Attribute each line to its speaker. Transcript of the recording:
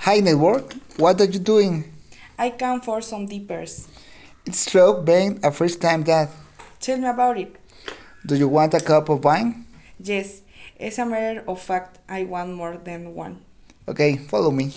Speaker 1: Hi, network. What are you doing?
Speaker 2: I come for some dippers.
Speaker 1: It's stroke being a first time dad.
Speaker 2: Tell me about it.
Speaker 1: Do you want a cup of wine?
Speaker 2: Yes, as a matter of fact, I want more than one.
Speaker 1: Okay, follow me.